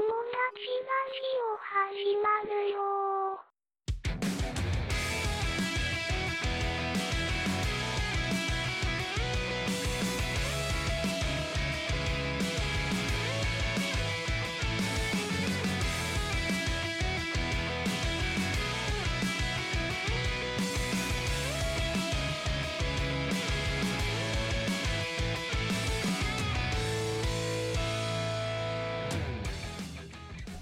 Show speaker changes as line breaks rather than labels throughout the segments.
チラジオ始まるよ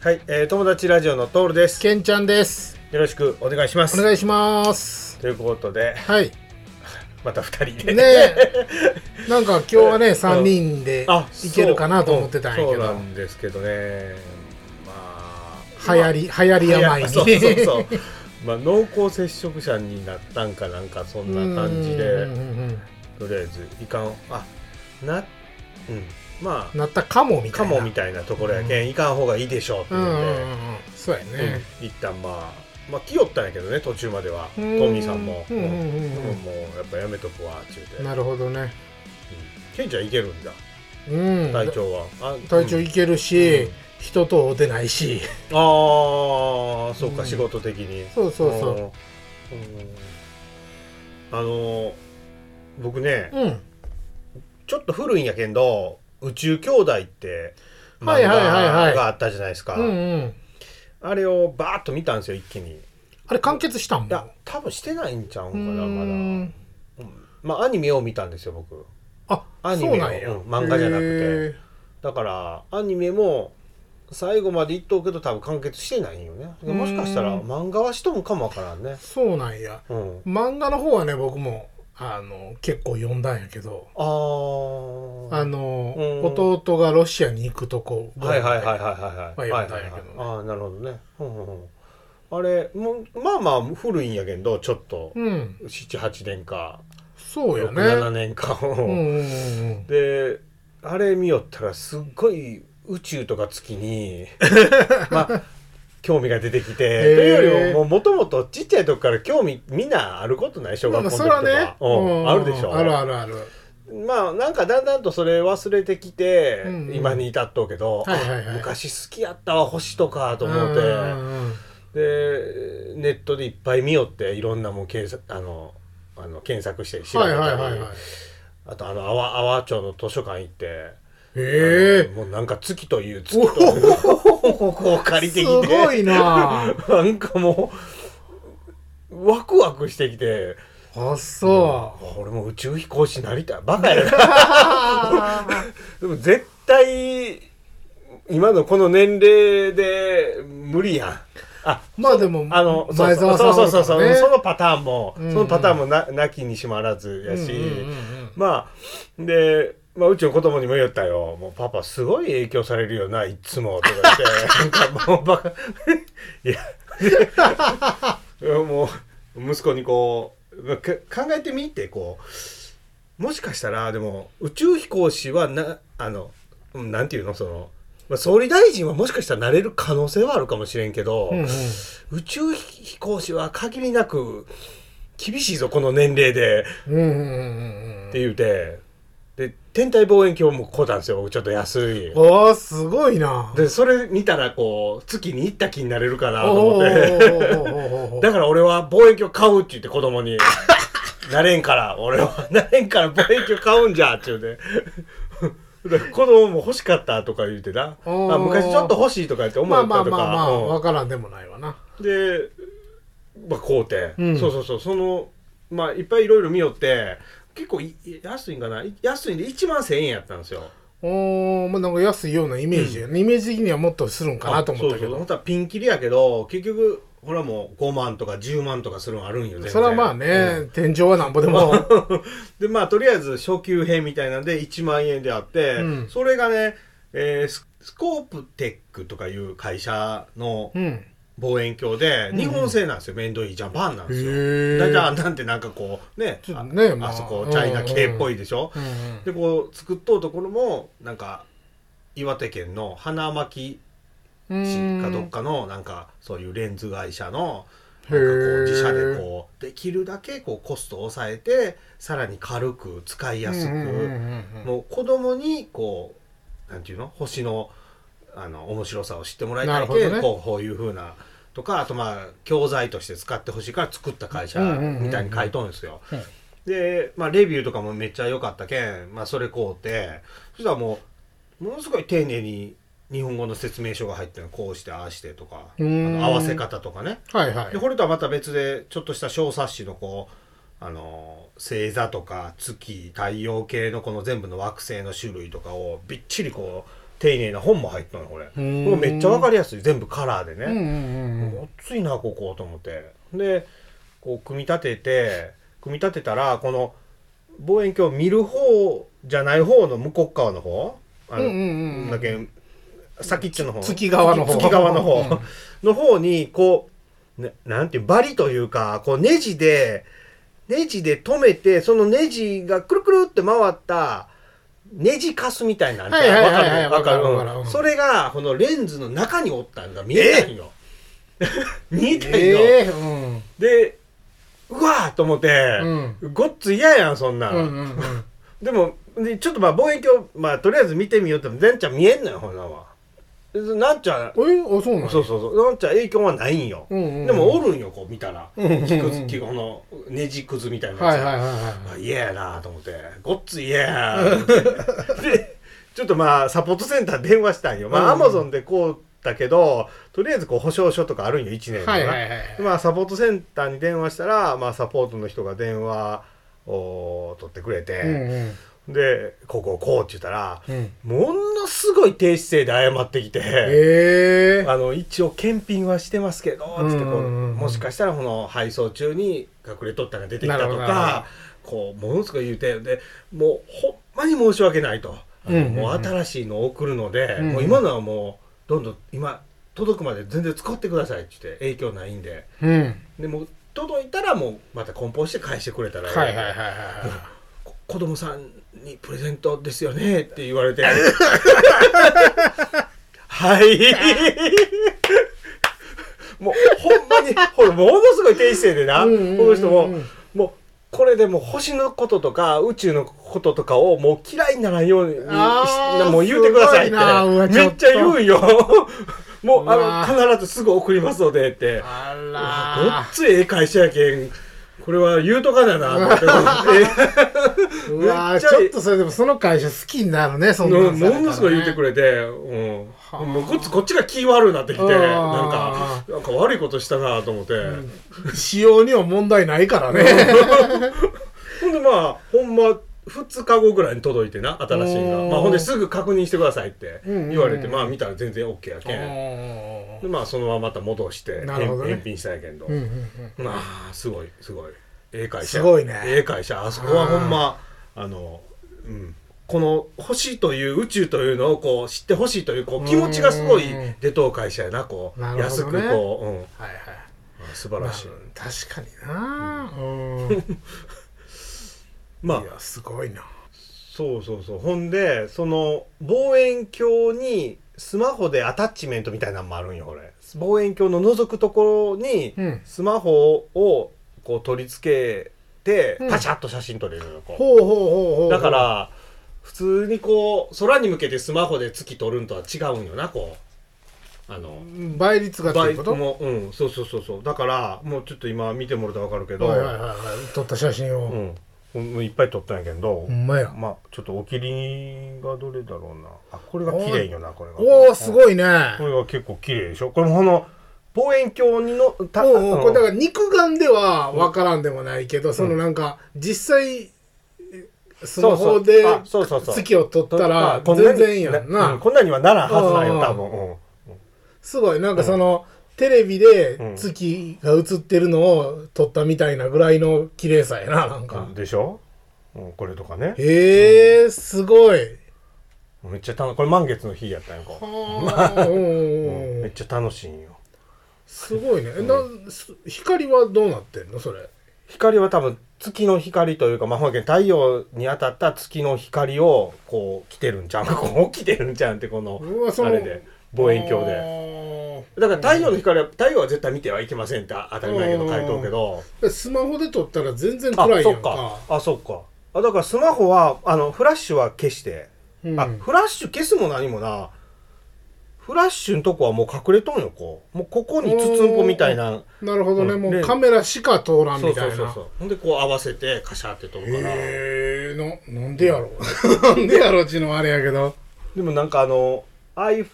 はい、えー友達ラジオのトールです。よ
けんちゃんです。
ろしくお願いします。
お願いします。
ということで、
はい。
また二人で。
ねえ。なんか今日はね、3人で
あ、
いけるかなと思ってたんや
そう
け
うん
ど、
そう
流
なんですけどね。まあ、
行り、流行り病に。
そうそう そう。 まあ、濃厚接触者になったんかなんかそんな感じで
うんうんうん
とりあえずいかんあなうんま
うんなったかもみ
あ
た
か
いな。
もみたいなところやけん、いかん方がいいでしょうっていう
うん
ので、
うんうん。そうやね。
一旦まあまあ来よったんやけどね途中まではト
うん
ミーさんも、
うんうんうんうん
でももうやっぱやめとくわっちゅうて、うん
なるほどね。
ケンちゃんいけるんだ
うん。
体調は、あ
体調いける
う
し
ん、
人と出ないし。
うんああそうか、
うん
仕事的に
そうそうそう。
うんあの僕ね
うん。
ちょっと古いんやけど宇宙兄弟って
はいはいはいはい
漫画があったじゃないですか、
うんうん。
あれをバーッと見たんですよ一気にい
あれ完結したん
や多分してないんちゃうんかなまだ
うん
まあアニメを見たんですよ僕
あ、
アニメを
そうなんや。
うん漫画じゃなくて
へ
だからアニメも最後まで言っとうけど多分完結してないんよね
うん
もしかしたら漫画はしとんかもわからんね
え。そうなんや。
うん
漫画の方はね僕もあの結構読んだんやけど、
あの
あの、
うん
弟がロシアに行くとこぐ
は
ら
い
いま
はい
で
はいはいはいはい
まあ読んだんやけどね
ああなるほどね、うんうんうんあれもうまあまあ古いんやけどちょっと
うん
78年か
そうよね
67年か、
うんうんうんうん
であれ見よったらすっごい宇宙とか月 にまあ興味が出てきて、
ー
というよりももともとちっちゃい時から興味みんなあることない小
ま
学
あ
校の時と
まあそれ
か、
はね、
うん
うん
あるでしょ
あるあるある
まあなんかだんだんとそれ忘れてきて、
うんうん
今に至っとうけど、
はいはいはい
あ昔好きやったわ星とかと思って、
うんうんうん
でネットでいっぱい見よっていろんなもん検索あのあの検索して調べ
は
た
い
り、
はいはいはい
あとあの阿波阿波町の図書館行って。
え
もうなんか月という月というこう借
え
りて
す
きて
ごい な
なんかもうワクワクしてきて
あそ
俺も宇宙飛行士になりたいバカやな
う
でも絶対今のこの年齢で無理やんあ
まあでも
あの
前澤さん
そうそうそうそ
お
う、
るからね
そのパターンも、
うん
そのパターンもななきにしもあらずやし、
うんうんうん
まあで、まあ、うちの子供にも言ったよ「もうパパすごい影響されるよないっつも」とか言ってなんかもうバカ いや もう息子にこうか考えてみてこうもしかしたらでも宇宙飛行士はなあのうんなんていうのその。まあ総理大臣はもしかしたらなれる可能性はあるかもしれんけど、
うんうん
宇宙飛行士は限りなく厳しいぞこの年齢で
うんうんうんうん
って言うて、で、天体望遠鏡もこうたんですよ、僕ちょっと安い。
おーすごいな
で、それ見たらこう、月に行った気になれるかなと思
お
って、
ー
だから俺は望遠鏡買うって言って子供に、なれんから、俺はなれんから望遠鏡買うんじゃって言うて。 だから子供も欲しかったとか言うてな、
おー
あ昔ちょっと欲しいとか言って思
ま
っ
あ
たと
まあ
か、
まあまあ、
うん
わからんでもないわな。
で、まあ、買うて、
うん
そうそうそうそのまあいっぱいいろいろ見よって結構い安いんかない安いんで1万1000円やったんですよ
おー、まあなんか安いようなイメージやね、イメージ的にはもっとするんかなと思ったけ
あそうそう
ど。
本当はピンキリやけど結局ほらもう5万とか10万とかするんあるんよ全然
それはまあ
うん
ね、天井はなんぼでも。
でまあとりあえず初級編みたいなんで1万円であって、
うん
それがね、えーススコープテックとかいう会社の
うん。へ
望遠鏡で
うん
日本製なんですよ、面倒いいジャパンなんですよ
え。
大体あんなんてなんかこうね
ちょっ
あ
とねま
あ
あ
そこチャイナ系っぽいでしょ、
うん
でこう作っとうところもなんか岩手県の花巻
うん
市かどっかのなんかそういうレンズ会社のなんかこう自社でこうできるだけこうコストを抑えてさらに軽く使いやすく、
うんうんうんうん
もう子供にこうなんていうの星のあの面白さを知ってもらいたいけ
なるほどね
こうこういうふうなとかあとまあ教材として使ってほしいから作った会社
うんうんうんうん
みたいに書いとんですよ。
うん
で、まあ、レビューとかもめっちゃ良かったけん、まあ、それ買うてそしたらもうものすごい丁寧に日本語の説明書が入ってるのこうしてああしてとかあ
うーん
の合わせ方とかね。
はいはい
で。これとはまた別でちょっとした小冊子のこうあの星座とか月太陽系のこの全部の惑星の種類とかをびっちりこう丁寧な本も入ったのこれこ
ん
れめっちゃわかりやすい全部カラーで
うんう
ね、
んうん。
ごっついなここと思ってでこう組み立てて組み立てたらこの望遠鏡を見る方じゃない方の向こう側の方あの、
うんうんうん
だけん先っちょの方
月側の方
月側の方、
うん
の方にこうななんていうバリというかこうネジでネジで止めてそのネジがくるくるって回ったネジカスみたいなのあるじゃん
はいはいはいはい
わかる
わかる
わかるう
わかるうんん
それがこのレンズの中におったんが見えたんよ、見えたんよ、
ええうん
でうわーと思って、ごっつ嫌やんそんなん、
うんうんうん。
でもでちょっとまあ望遠鏡、まあ、とりあえず見てみようっても全ちゃん見えんのよほんなんはでなんちゃん
えあそうなの
そうそうそうなんちゃん影響はないんよ、
うんうんうん
でもおるんよこう見たら、
うんうんうん
木くず木このねじくずみたいなやつ
はいはいはいは
あ嫌やなと思ってごっつ嫌やと思って でちょっとまあサポートセンター電話したんよまあア
うんう
マ
ん
ゾンでこうだけどとりあえずこう保証書とかあるんよ1年の
い。
な
はいはいはい。
でまあ、サポートセンターに電話したら、まあ、サポートの人が電話を取ってくれ
うん
て、で「こここう」って言ったら、
うんうん。
ものすごい低姿勢で謝ってきて、
ええ。
あの一応検品はしてますけど、つってこう
うんうんうん
もしかしたらこの配送中に隠れとったが出てきた
なる
と
ほどなる
かこうものすごい言うてでもうほんまに申し訳ないと、あの
うんうんうん
もう新しいのを送るので、
うんうん
もう今のはもうどんどん今届くまで全然使ってくださいって言って影響ないんで
うん。
でもう届いたらもうまた梱包して返してくれたらええ
はいはいはいは
こ子供さんにプレゼントですよねって言われて はいもうほんまにほらものすごい低姿勢でなこ
うんうんうんうん
の人ももうこれでもう星のこととか宇宙のこととかをもう嫌いにならんようにし
あー
もう言うてくださいっ
すごいなうわ
て
ち
め
ょ
っ
っ
ち
と
ゃ言うんよ もう
うわ
あの必ずすぐ送りますのでって
い。あ
ごっついええ会社やけんこれは言うとかだなと思って。
ら。うわーちょっとそれでもその会社好きになるね、 そんな
の
んされた
も
らね
のすごい言ってくれて、うん
あ
もうこっちこっちが気悪になってきて
あ
なん
ー
かなんか悪いことしたなと思って、
使用には問題ないからね。
ほんでまあほんま2日後ぐらいに届いてな新しいのが、
おー
まあ、ほんですぐ確認してくださいって
うんうんうん
言われて、まあ見たら全然 OK や
う
けん
ん
でまあそのまままた戻して、
なるほど
返
ね
返品したんやけんど、
うんうん。
まあすごいすごいええ会社
すごいね
ええ会社あそこはほんまあの、うん、この星という宇宙というのをこう知ってほしいというこう気持ちがすごい
うん
出とう会社やなこう
なる
安
ほど
く
ね
こう、うん
はいはい。
あ、素晴らしい、
まあ確かにな。うん。
まあ
いや、すごいな。
そうそうそうほんでその望遠鏡にスマホでアタッチメントみたいなのもあるんよこれ望遠鏡の覗くところに
うん
スマホをこう取り付けて
うん
パシャッと写真撮れるのよこう
ほうほうほうほう。
だか、ら普通にこう空に向けてスマホで月撮るんとは違うんよなこうあの
倍率がっていうこと
もうんそうそうそうそうだからもうちょっと今見てもらったら分かるけど、
はいはいはいはい。撮った写真を。
うん、もういっぱい撮ったんやけど
ほ、んまや。
まあちょっとお気にがどれだろうなあこれが綺麗よなこれが
おおす
い
ごいね。
これが結構綺麗でしょこれもこの望遠鏡のた
おうおうこれだから
ら
肉眼では分からんでもないけど、そのなんか実際スマホで
そうそうそう
月を撮ったら
こんな
全
に
然いいやん
うん
な。
こんなにはならんはずなんよ多分、
う
うん
すごいなんかそのテレビで月が映ってるのを撮ったみたいなぐらいの綺麗さやななんか。
でしょ、うん、これとかね
へえすごい。
めっちゃ楽これ満月の日やったんやんか、
はあうんうんう
めっ
ん
ちゃ楽しいんよ
すごいね。えなす光はどうなってんのそれ。
光は多分月の光というか、まあ、ほんまけん太陽に当たった月の光をこう来てるんちゃ うこう来てるんちゃうんってこの
うわその
あれで望遠鏡で
で。
だから太陽の光は太陽は絶対見てはいけませんって当たり前やけど書いとうけど
スマホで撮ったら全然
あ
暗い
そ
や
っ
ん
か
か。
あそっかあだからスマホはあのフラッシュは消して、
うん
あフラッシュ消すも何もなフフラッシュのとこはもう隠れとんよこうもうここに筒んぽみたいな
なるほどね、
うん
も
で
うカメラしか通らん
そう
み
そ
たいうな
そうそうほんでこう合わせてカシャってとるから、
えー、ななんでやろなんでやろう ちのあれやけど
でもなんかあの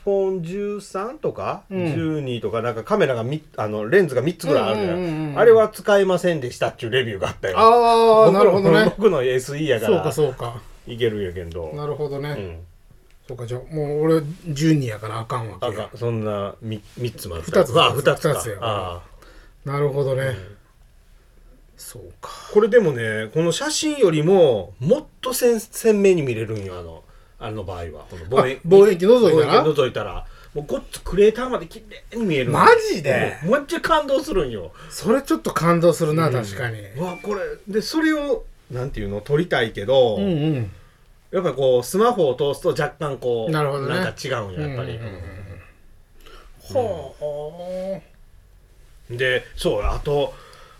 iPhone13 とか、12とかなんかカメラがみあのレンズが3つぐらいあるのよ、
うんうんうんうん
あれは使えませんでしたっていうレビューがあったよ
ああ
僕の
なるほど ね
僕の SE やか
そう
ら
かそうか
いけるんやけど
なるほどね、
うん、
そうかじゃあもう俺12やからあかんわけ
あ
や
かそんな 3, 三つもある
二つ
あ二つか
二つや
あ
なるほどね、そうか
ーこれでもねこの写真よりももっと鮮鮮明に見れるんよあのあの場合はこの望遠
あ望遠鏡覗いたら
望遠鏡覗いたらもうごっつクレーターまで綺麗に見える
マジで
もうめっちゃ感動するんよ
それちょっと感動するな、確かに
うわこれでそれをなんていうの撮りたいけど、
うんうん
やっぱこうスマホを通すと若干こう
なるほどね
んか違うんよやっぱり、
うんうんほ
でそうあと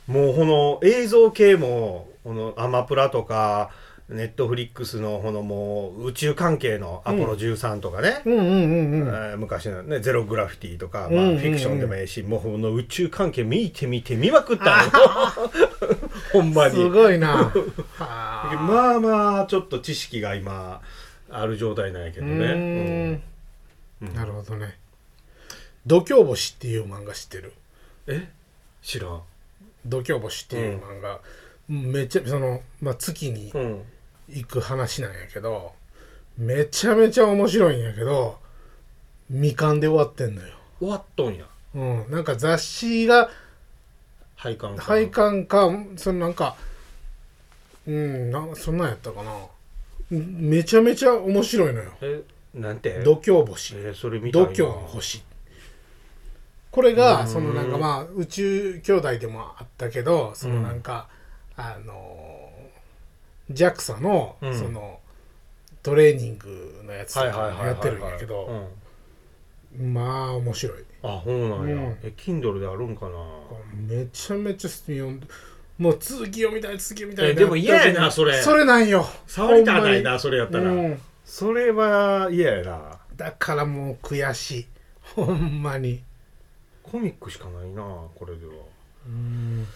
もうこの映像系もこのアマプラとかネットフリックスのこのもう宇宙関係のアポロ13とかね、
ううんうんうん
え
うん
ー昔のねゼログラフィティとか、
うん
まあ、
うんうん
フィクションでもええし、もうこの宇宙関係見て見て見まく ったの ほんますに
ごい なはあ
まあまあちょっと知識が今ある状態なんやけ
う
どね、
ーん
うん
なるほどね「度胸星」っていう漫画知ってる
え知らん、
「度胸星」っていう漫画、めっちゃその、まあ、月に
ん、
行く話なんやけどめちゃめちゃ面白いんやけど未完で終わってんのよ、
終わっとんや
うん、なんか雑誌が
配管か
配管かそのなんかうんなそんなんやったかなめちゃめちゃ面白いのよ
えなんて
度胸星
えーそれ見たい
度
な
胸の星これが
ん
そのなんかまあ宇宙兄弟でもあったけどそのなんか、あのー JAXA の
うん
その、トレーニングのやつと
はい
か
はいはいはいはい
やってるんやけ
う
ど
ん
まあ面白い
あそうなんや、
うん
え Kindle であるんかな
めちゃめちゃ読んでもう続き読みたい続き読みたい
えでも嫌やなそれ
それなんよ
触りたない
ほ
なそれやった
んま
ら、
にうん
それは嫌やな
だからもう悔しいほんまに
コミックしかないなこれではうーん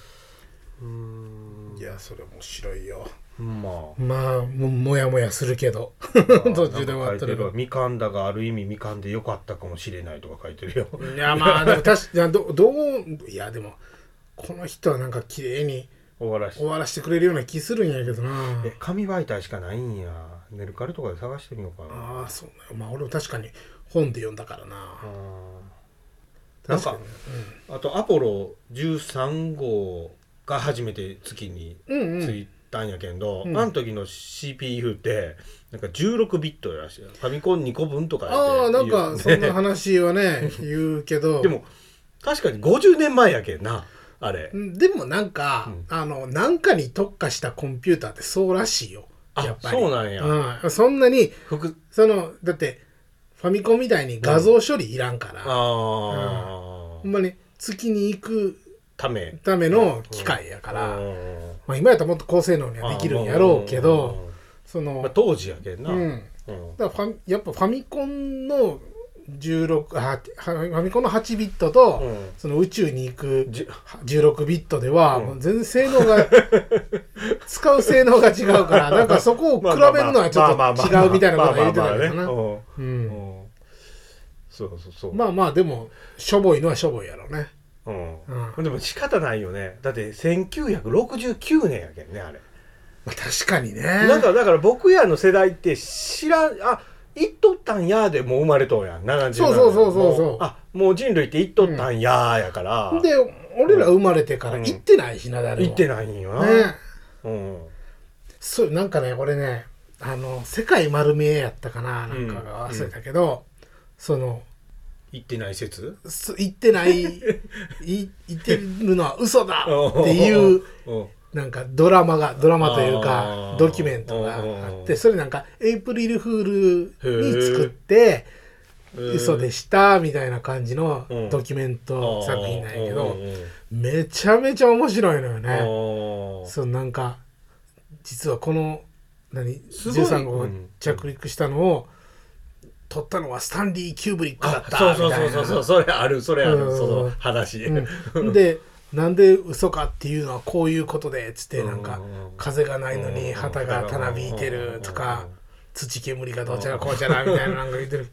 いやそれ面白いよ
まあ
まあももやもやするけど 途中で終わっ
なんか
てる
書いてわみかんだがある意味みかんでよかったかもしれないとか書いてるよ。
いやまあでも確かに どどういやでもこの人はなんか綺麗に
終わらし
終わらせてくれるような気するんやけどな
え紙媒体しかないんや。メルカリとかで探してみようかな。
ああそうなんやまあ俺も確かに本で読んだから
あ
な
ーなんか
確か
あとアポロ13号が初めて月に
にうんうん
着いたんやけんど、
うん
あの時の CPU ってなんか16ビットやらしいよファミコン2個分とかやって
ああなんかそんな
ね
話は ね言うけど
でも確かに50年前やけんなあれ
う。んでもなんか、
うん
あのなんかに特化したコンピューターってそうらしいよ
あ
やっぱり
そうなんや
うん、そんなに
複
そのだってファミコンみたいに画像処理いらんから、
あ
ほんまに月に行く
ため
ための機械やから、
うん
まあ、今やったらもっと高性能にはできるんやろうけ
あーまあ
どそ
まあ
の、
まあ当時やけんな、
うん、
うん
だからファミやっぱファミコンの16あファミコンの8ビットと、
うん
その宇宙に行く
じゅ
16ビットでは、
うん
もう全然性能が使う性能が違うからなんかそこを比べるのはちょっと違うみたいなこと言ってたけど
まあまあまあまあまあまあまあねうんうんそ
なうん
うそうそう、
まあまあでもしょぼいのはしょぼいやろね
うん
う
でも仕方ないよねだって1969年やけんねあれ、
まあ確かにね
なんかだから僕らの世代って知らんあ行っとったんやでもう生まれとうやん70
そうそうそうそうそう
もあもう人類って行っとったんややから、
で俺ら生まれてから行ってないしな誰も
行ってないんよな、
ね
うん
そうなんかね俺ねあの「世界丸見え」やったかななんかが忘れたけど、その
行ってない説
す行ってな いい行ってるのは嘘だっていう
うん
なんかドラマがドラマという
あ
か
ー
ドキュメントがあってそれなんかエイプリルフールに作って嘘でしたみたいな感じの
うん
ドキュメント作品なんやけ
う
ど
んうんうん
めちゃめちゃ面白いのよね。
あー
そうなんか実はこの何
すごい
13号
う
が
ん
着陸したのを撮ったのはスタンリー・キューブリックだ
あ
った
そうそう
みたい
そう
な
そうそうそれあるそれあ
う
る
ん
その話、
うんでなんで嘘かっていうのはこういうことでっつってなんか
うんうんうん
風がないの
う
に
ん
旗がたなびいてると
うんうん
か
うん
土煙がどうちゃらこうちゃらみたいななんか言ってる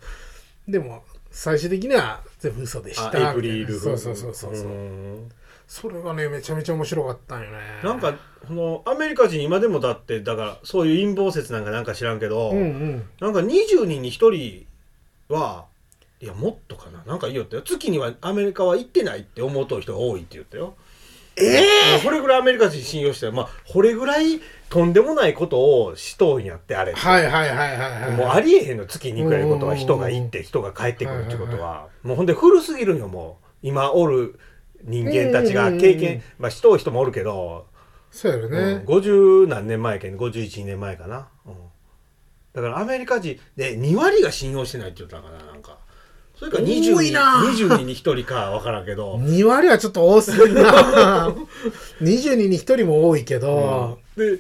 でも最終的には全部嘘でしたみたいな
あエイプリルフ
そうそうそうそうそう
うん
それがねめちゃめちゃ面白かったんよね
なんかそのアメリカ人今でもだってだからそういう陰謀説なんかなんか知らんけど、
うんうん
なんか20人に1人はいやもっとかななんか言いよったよ月にはアメリカは行ってないって思うとる人が多いって言ったよ
ええ
これぐらいアメリカ人信用してるまあこれぐらいとんでもないことをしとんやってあれって
はいはいはいはいはい
もうありえへんの月に行くやことは人が行って人が帰ってくるってことはもうほんで古すぎるんよもう今おる人間たちが経
うんうんうんうん
験まあしとう人もおるけど、
そうやろね、
うん、50何年前やけん51年前かな、うん、だからアメリカ人で2割が信用してないって言ったかななんかそれか20人
多いな
20人に1人か分からんけど、
2割はちょっと多すぎるな 20人に1人も多いけど、
で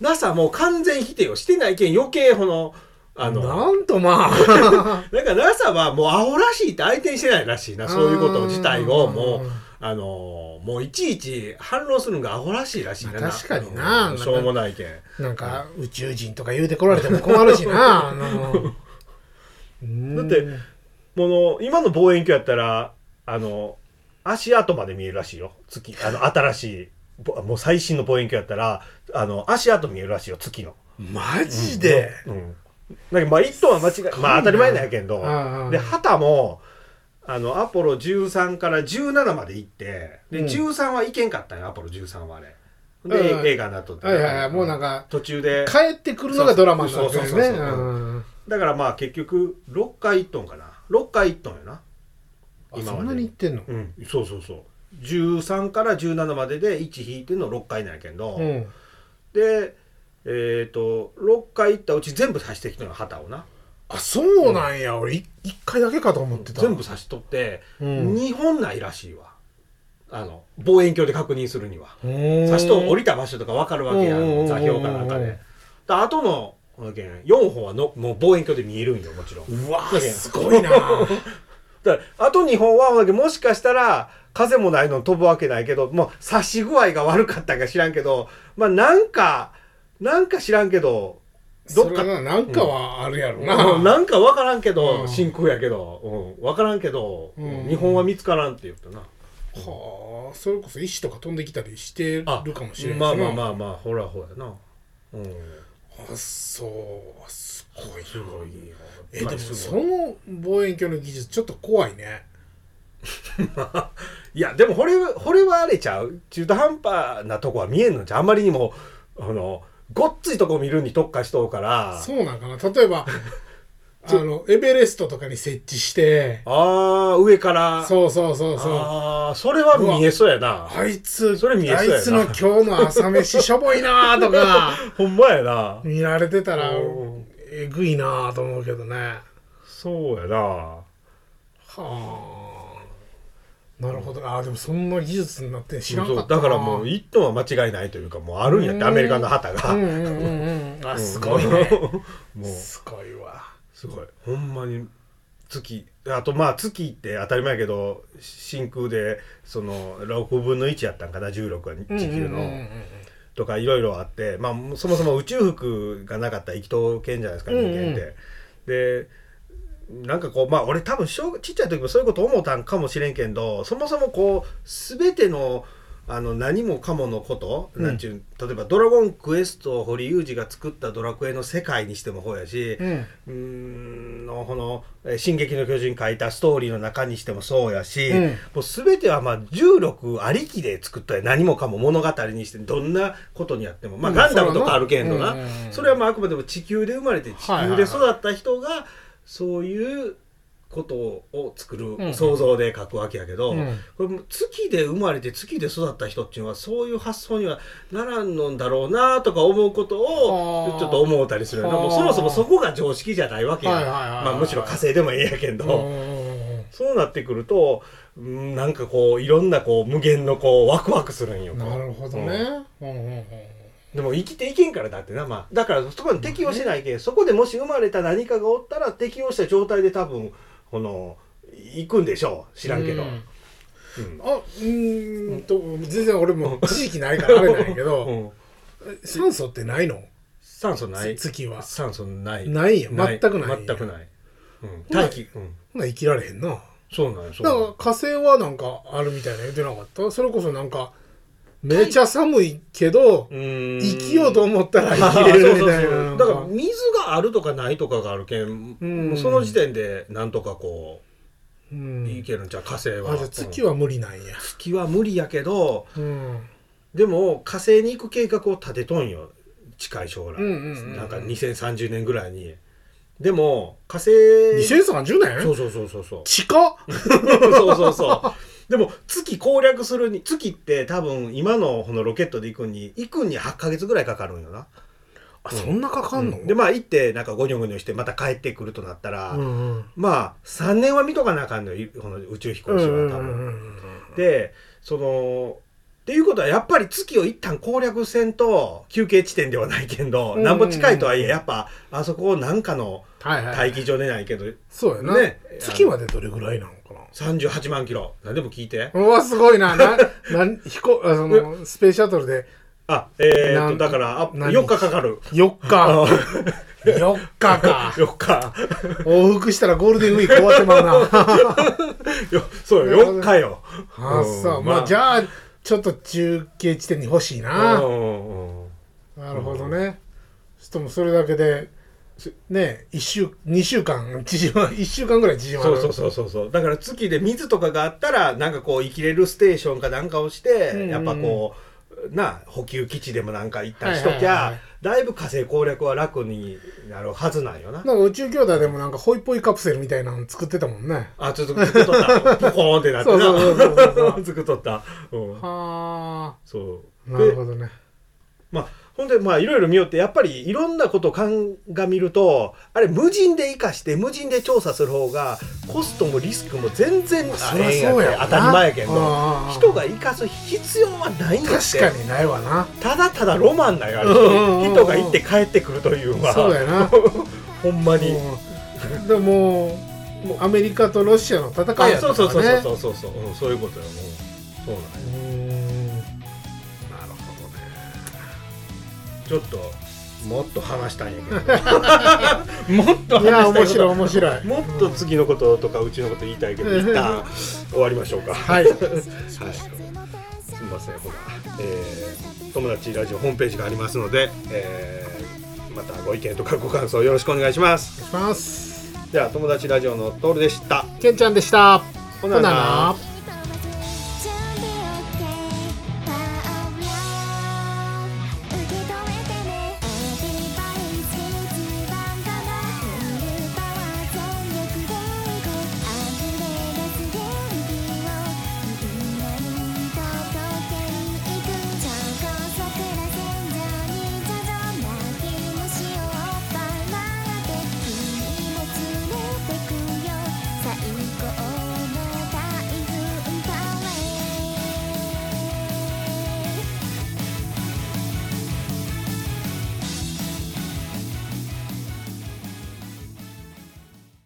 NASA もう完全否定をしてないけん余計このあの
なんと まあ
なんか NASA はもうアホらしいって相手にしてないらしいなそういうこと自体をも
うん
うあのもういちいち反論するのがアホらしいらしいな
まあ確かにな
うんしょうもないけん
なんか宇宙人とか言うてこられても困るし なあの
だってもの今の望遠鏡やったらあの足跡まで見えるらしいよ月あの新しいぼもう最新の望遠鏡やったらあの足跡見えるらしいよ月の。
マジで、
うん、だけどまあ1トンは間違いまあ当たり前なんやけんど
うんうん
で旗もあのアポロ13から17まで行ってで、
うん
13は行けんかったんよアポロ13はあれ
はい
で、
はい
映画になっとった
はいはいはいもうなんか
途中で
帰ってくるのがドラマになってる
そう
ね
そうそうそう
うん
だからまあ結局6回1トンかな6回1トンやな
あそんなに言ってんの
うんそうそうそう13から17までで1引いてんの6回なんやけんど、
うん
でえっ、と6回行ったうち全部刺してきたのよ旗をな
あそうなんや、俺1回だけかと思ってた
全部刺しとって、
うん
日本ないらしいわあの望遠鏡で確認するには
刺
刺しと降りた場所とか分かるわけや
うんうんうんうん
座標かなんかであ後のこの件4本はのもう望遠鏡で見えるんよもちろん
うわす ごいな
だからあと2本はほんでもしかしたら風もないの飛ぶわけないけどもう刺し具合が悪かったんか知らんけどまあなんかなんか知らんけどど
そ
っ
れ
か
はなんかはあるやろな、
うんなんか分からんけど、
うん
真空やけど、うん、分からんけど、
うん
日本は見つからんって言ったな
はあそれこそ石とか飛んできたりしてるかもしれない
まあまあ
あ
まあまあほらほらなうん
あそうすごい
すごいよ
えでも
す
そ
ごい
の望遠鏡の技術ちょっと怖いね
いやでもこれこれはあれちゃう中途半端なとこは見えんのじゃうあまりにもあのごっついとこ見るに特化しとうから
そうなんかな例えば あのエベレストとかに設置して
ああ上から
そうそうそうそう
ああそれは見えそうやな
あいつ
それ見え
あ
そうやない
つの今日の朝飯しょぼいなーとか
ほんまやな
見られてたら
うん
えぐいなーと思うけどね
そうやな
はあなるほどあでもそんな技術になって知らんかった
そうだからもう
う
1トンは間違いないというかもうあるんやってアメリカの旗が、
うんうんうんうんあすごいね、
もう
すごいわ
すごいほんまに月あとまあ月って当たり前やけど真空でその6分の1やったんかな重力が地球の、
うんうんうん
とかいろいろあって、まあ、そもそも宇宙服がなかったら生きとけんじゃないですか
う
人
んう
間
ん
って。でなんかこうまあ俺多分小ちっちゃい時もそういうこと思ったんかもしれんけんどそもそもこう全てのあの何もかものこと、
うん
なんちゅう例えば「ドラゴンクエスト」堀裕二が作った「ドラクエ」の世界にしてもほうやし、
うん
うーんのこの「進撃の巨人」書いたストーリーの中にしてもそうやし、
うん
もう全てはまあ重力ありきで作ったり何もかも物語にしてどんなことにやっても、まあ、
うん
ガンダムとかあるけんど
そう
な
やなうんうんうん
それはまああくまでも地球で生まれて地
はい
球
はい
で
は
育
い
った人がそういうことを作る、
うん
想像で書くわけやけど、
うん
これも月で生まれて月で育った人っていうのはそういう発想にはならんのんだろうなとか思うことを
あー
ちょっと思うたりするよなもう
あー
そもそもそこが常識じゃないわけや、
はいはいはいはい
まあ、むしろ火星でもええやけんど、
うん
そうなってくるとうんなんかこういろんなこう無限のこうワクワクするんよこう
なるほどね、うんうんうん
でも生きていけんからだってな、まあ、だからそこに適応してないけ、んそこでもし生まれた何かがおったら適応した状態で多分この行くんでしょう知らんけど、
う
うん
あうーんと全然俺も知識ないからあれなんやけ
う
ど
ん
酸素ってないの
酸素ない
月は
酸素ない
ないよ全くない
全くない、うん、大気、うん、
ほな生きられへんな
そうなんよそう
だ
なん
か
よ
ら火星はなんかあるみたいな言ってなかったそれこそなんかめちゃ寒いけど
生
生きようと思ったら生きれるみたいななん
だから水があるとかないとかがあるけん、
うん
もうその時点でなんとかこ
う
う、い
ん
けるんじゃう火星は
あじゃあ月
は
は無理なんや
月は無理やけど
うん
でも火星に行く計画を立てとんよ近い将来、
うんうんうん
なんか2030年ぐらいにでも火星
2030年
そうそうそうそうそう
地下
そうそうそう。でも月攻略するに月って多分今のこのロケットで行くに行くに8ヶ月ぐらいかかるんよな。
あそんなかかんの
でまあ行ってなんかゴニョゴニョしてまた帰ってくるとなったら、
うんうん
まあ3年は見とかなあかんのよいこの宇宙飛行士は多分。でそのっていうことはやっぱり月を一旦攻略せんと休憩地点ではないけど、
うん
なんぼ近いとはいえやっぱあそこをなんかの
はいはい
待機場でないけど
そうやな
ね
月までどれぐらいなのかな
38万キロ何でも聞いて。
うわすご いなななん飛行あそのスペースシャトルで
あ、えー、
な
と、
ん
だから、あ
何
4日かかる。
4
あ
日4日か
4日。
往復したらゴールデンウィーク終わってまうな
よそうよ、4日よ。
あそうまあじ
あ、
ゃあちょっと中継地点に欲しい
うん
な
うんうん
なるほどねしかもそれだけでね一週2週間縮ま1週間ぐらい縮ま
そ
る
うそうそうそうそう。だから月で水とかがあったら、なんかこう、生きれるステーションかなんかをして、
うんうん
やっぱこう、な、補給基地でもなんか一旦しときゃ、
はいはいはい
だいぶ火星攻略は楽になるはずなんよな。
なんか宇宙兄弟でもなんかホイポイカプセルみたいなの作ってたもんね
あ、ちょっと作っとった。ポコーンってなって
そうそうそうそうそうそ
な。作っとった。うん。
は
そう。
あなるほどね
まあ、ほんでまあいろいろ見よってやっぱりいろんなことを鑑みるとあれ無人で生かして無人で調査する方がコストもリスクも全然
そ
え
りゃ
えんや
そうや
て
わな
当たり前やけど
うんうんうん
人が生かす必要はないんやって
確かにないわな
ただただロマンなんやあれ
うんうんうんうん
人が行って帰ってくるというのは
そうや な
ほんまに。
うんでももうもうアメリカとロシアの戦いや
あ
っ
そう
た
そう
か
そう
らね
そうそうそう、うん、そういうことよもうそうなんや
うーん
なるほどねちょっともっと話したいんやけ どもっと話したいこと
いや面白い面白い
もっと次のこととかうちのこと言いたいけど、一旦終わりましょうか。
はい
はい。すみません、ほら、えー友達ラジオホームページがありますので、えーまたご意見とかご感想よろしくお願いします。
します
では、友達ラジオのトールでした。
けんちゃんでした
ほなな
ほなな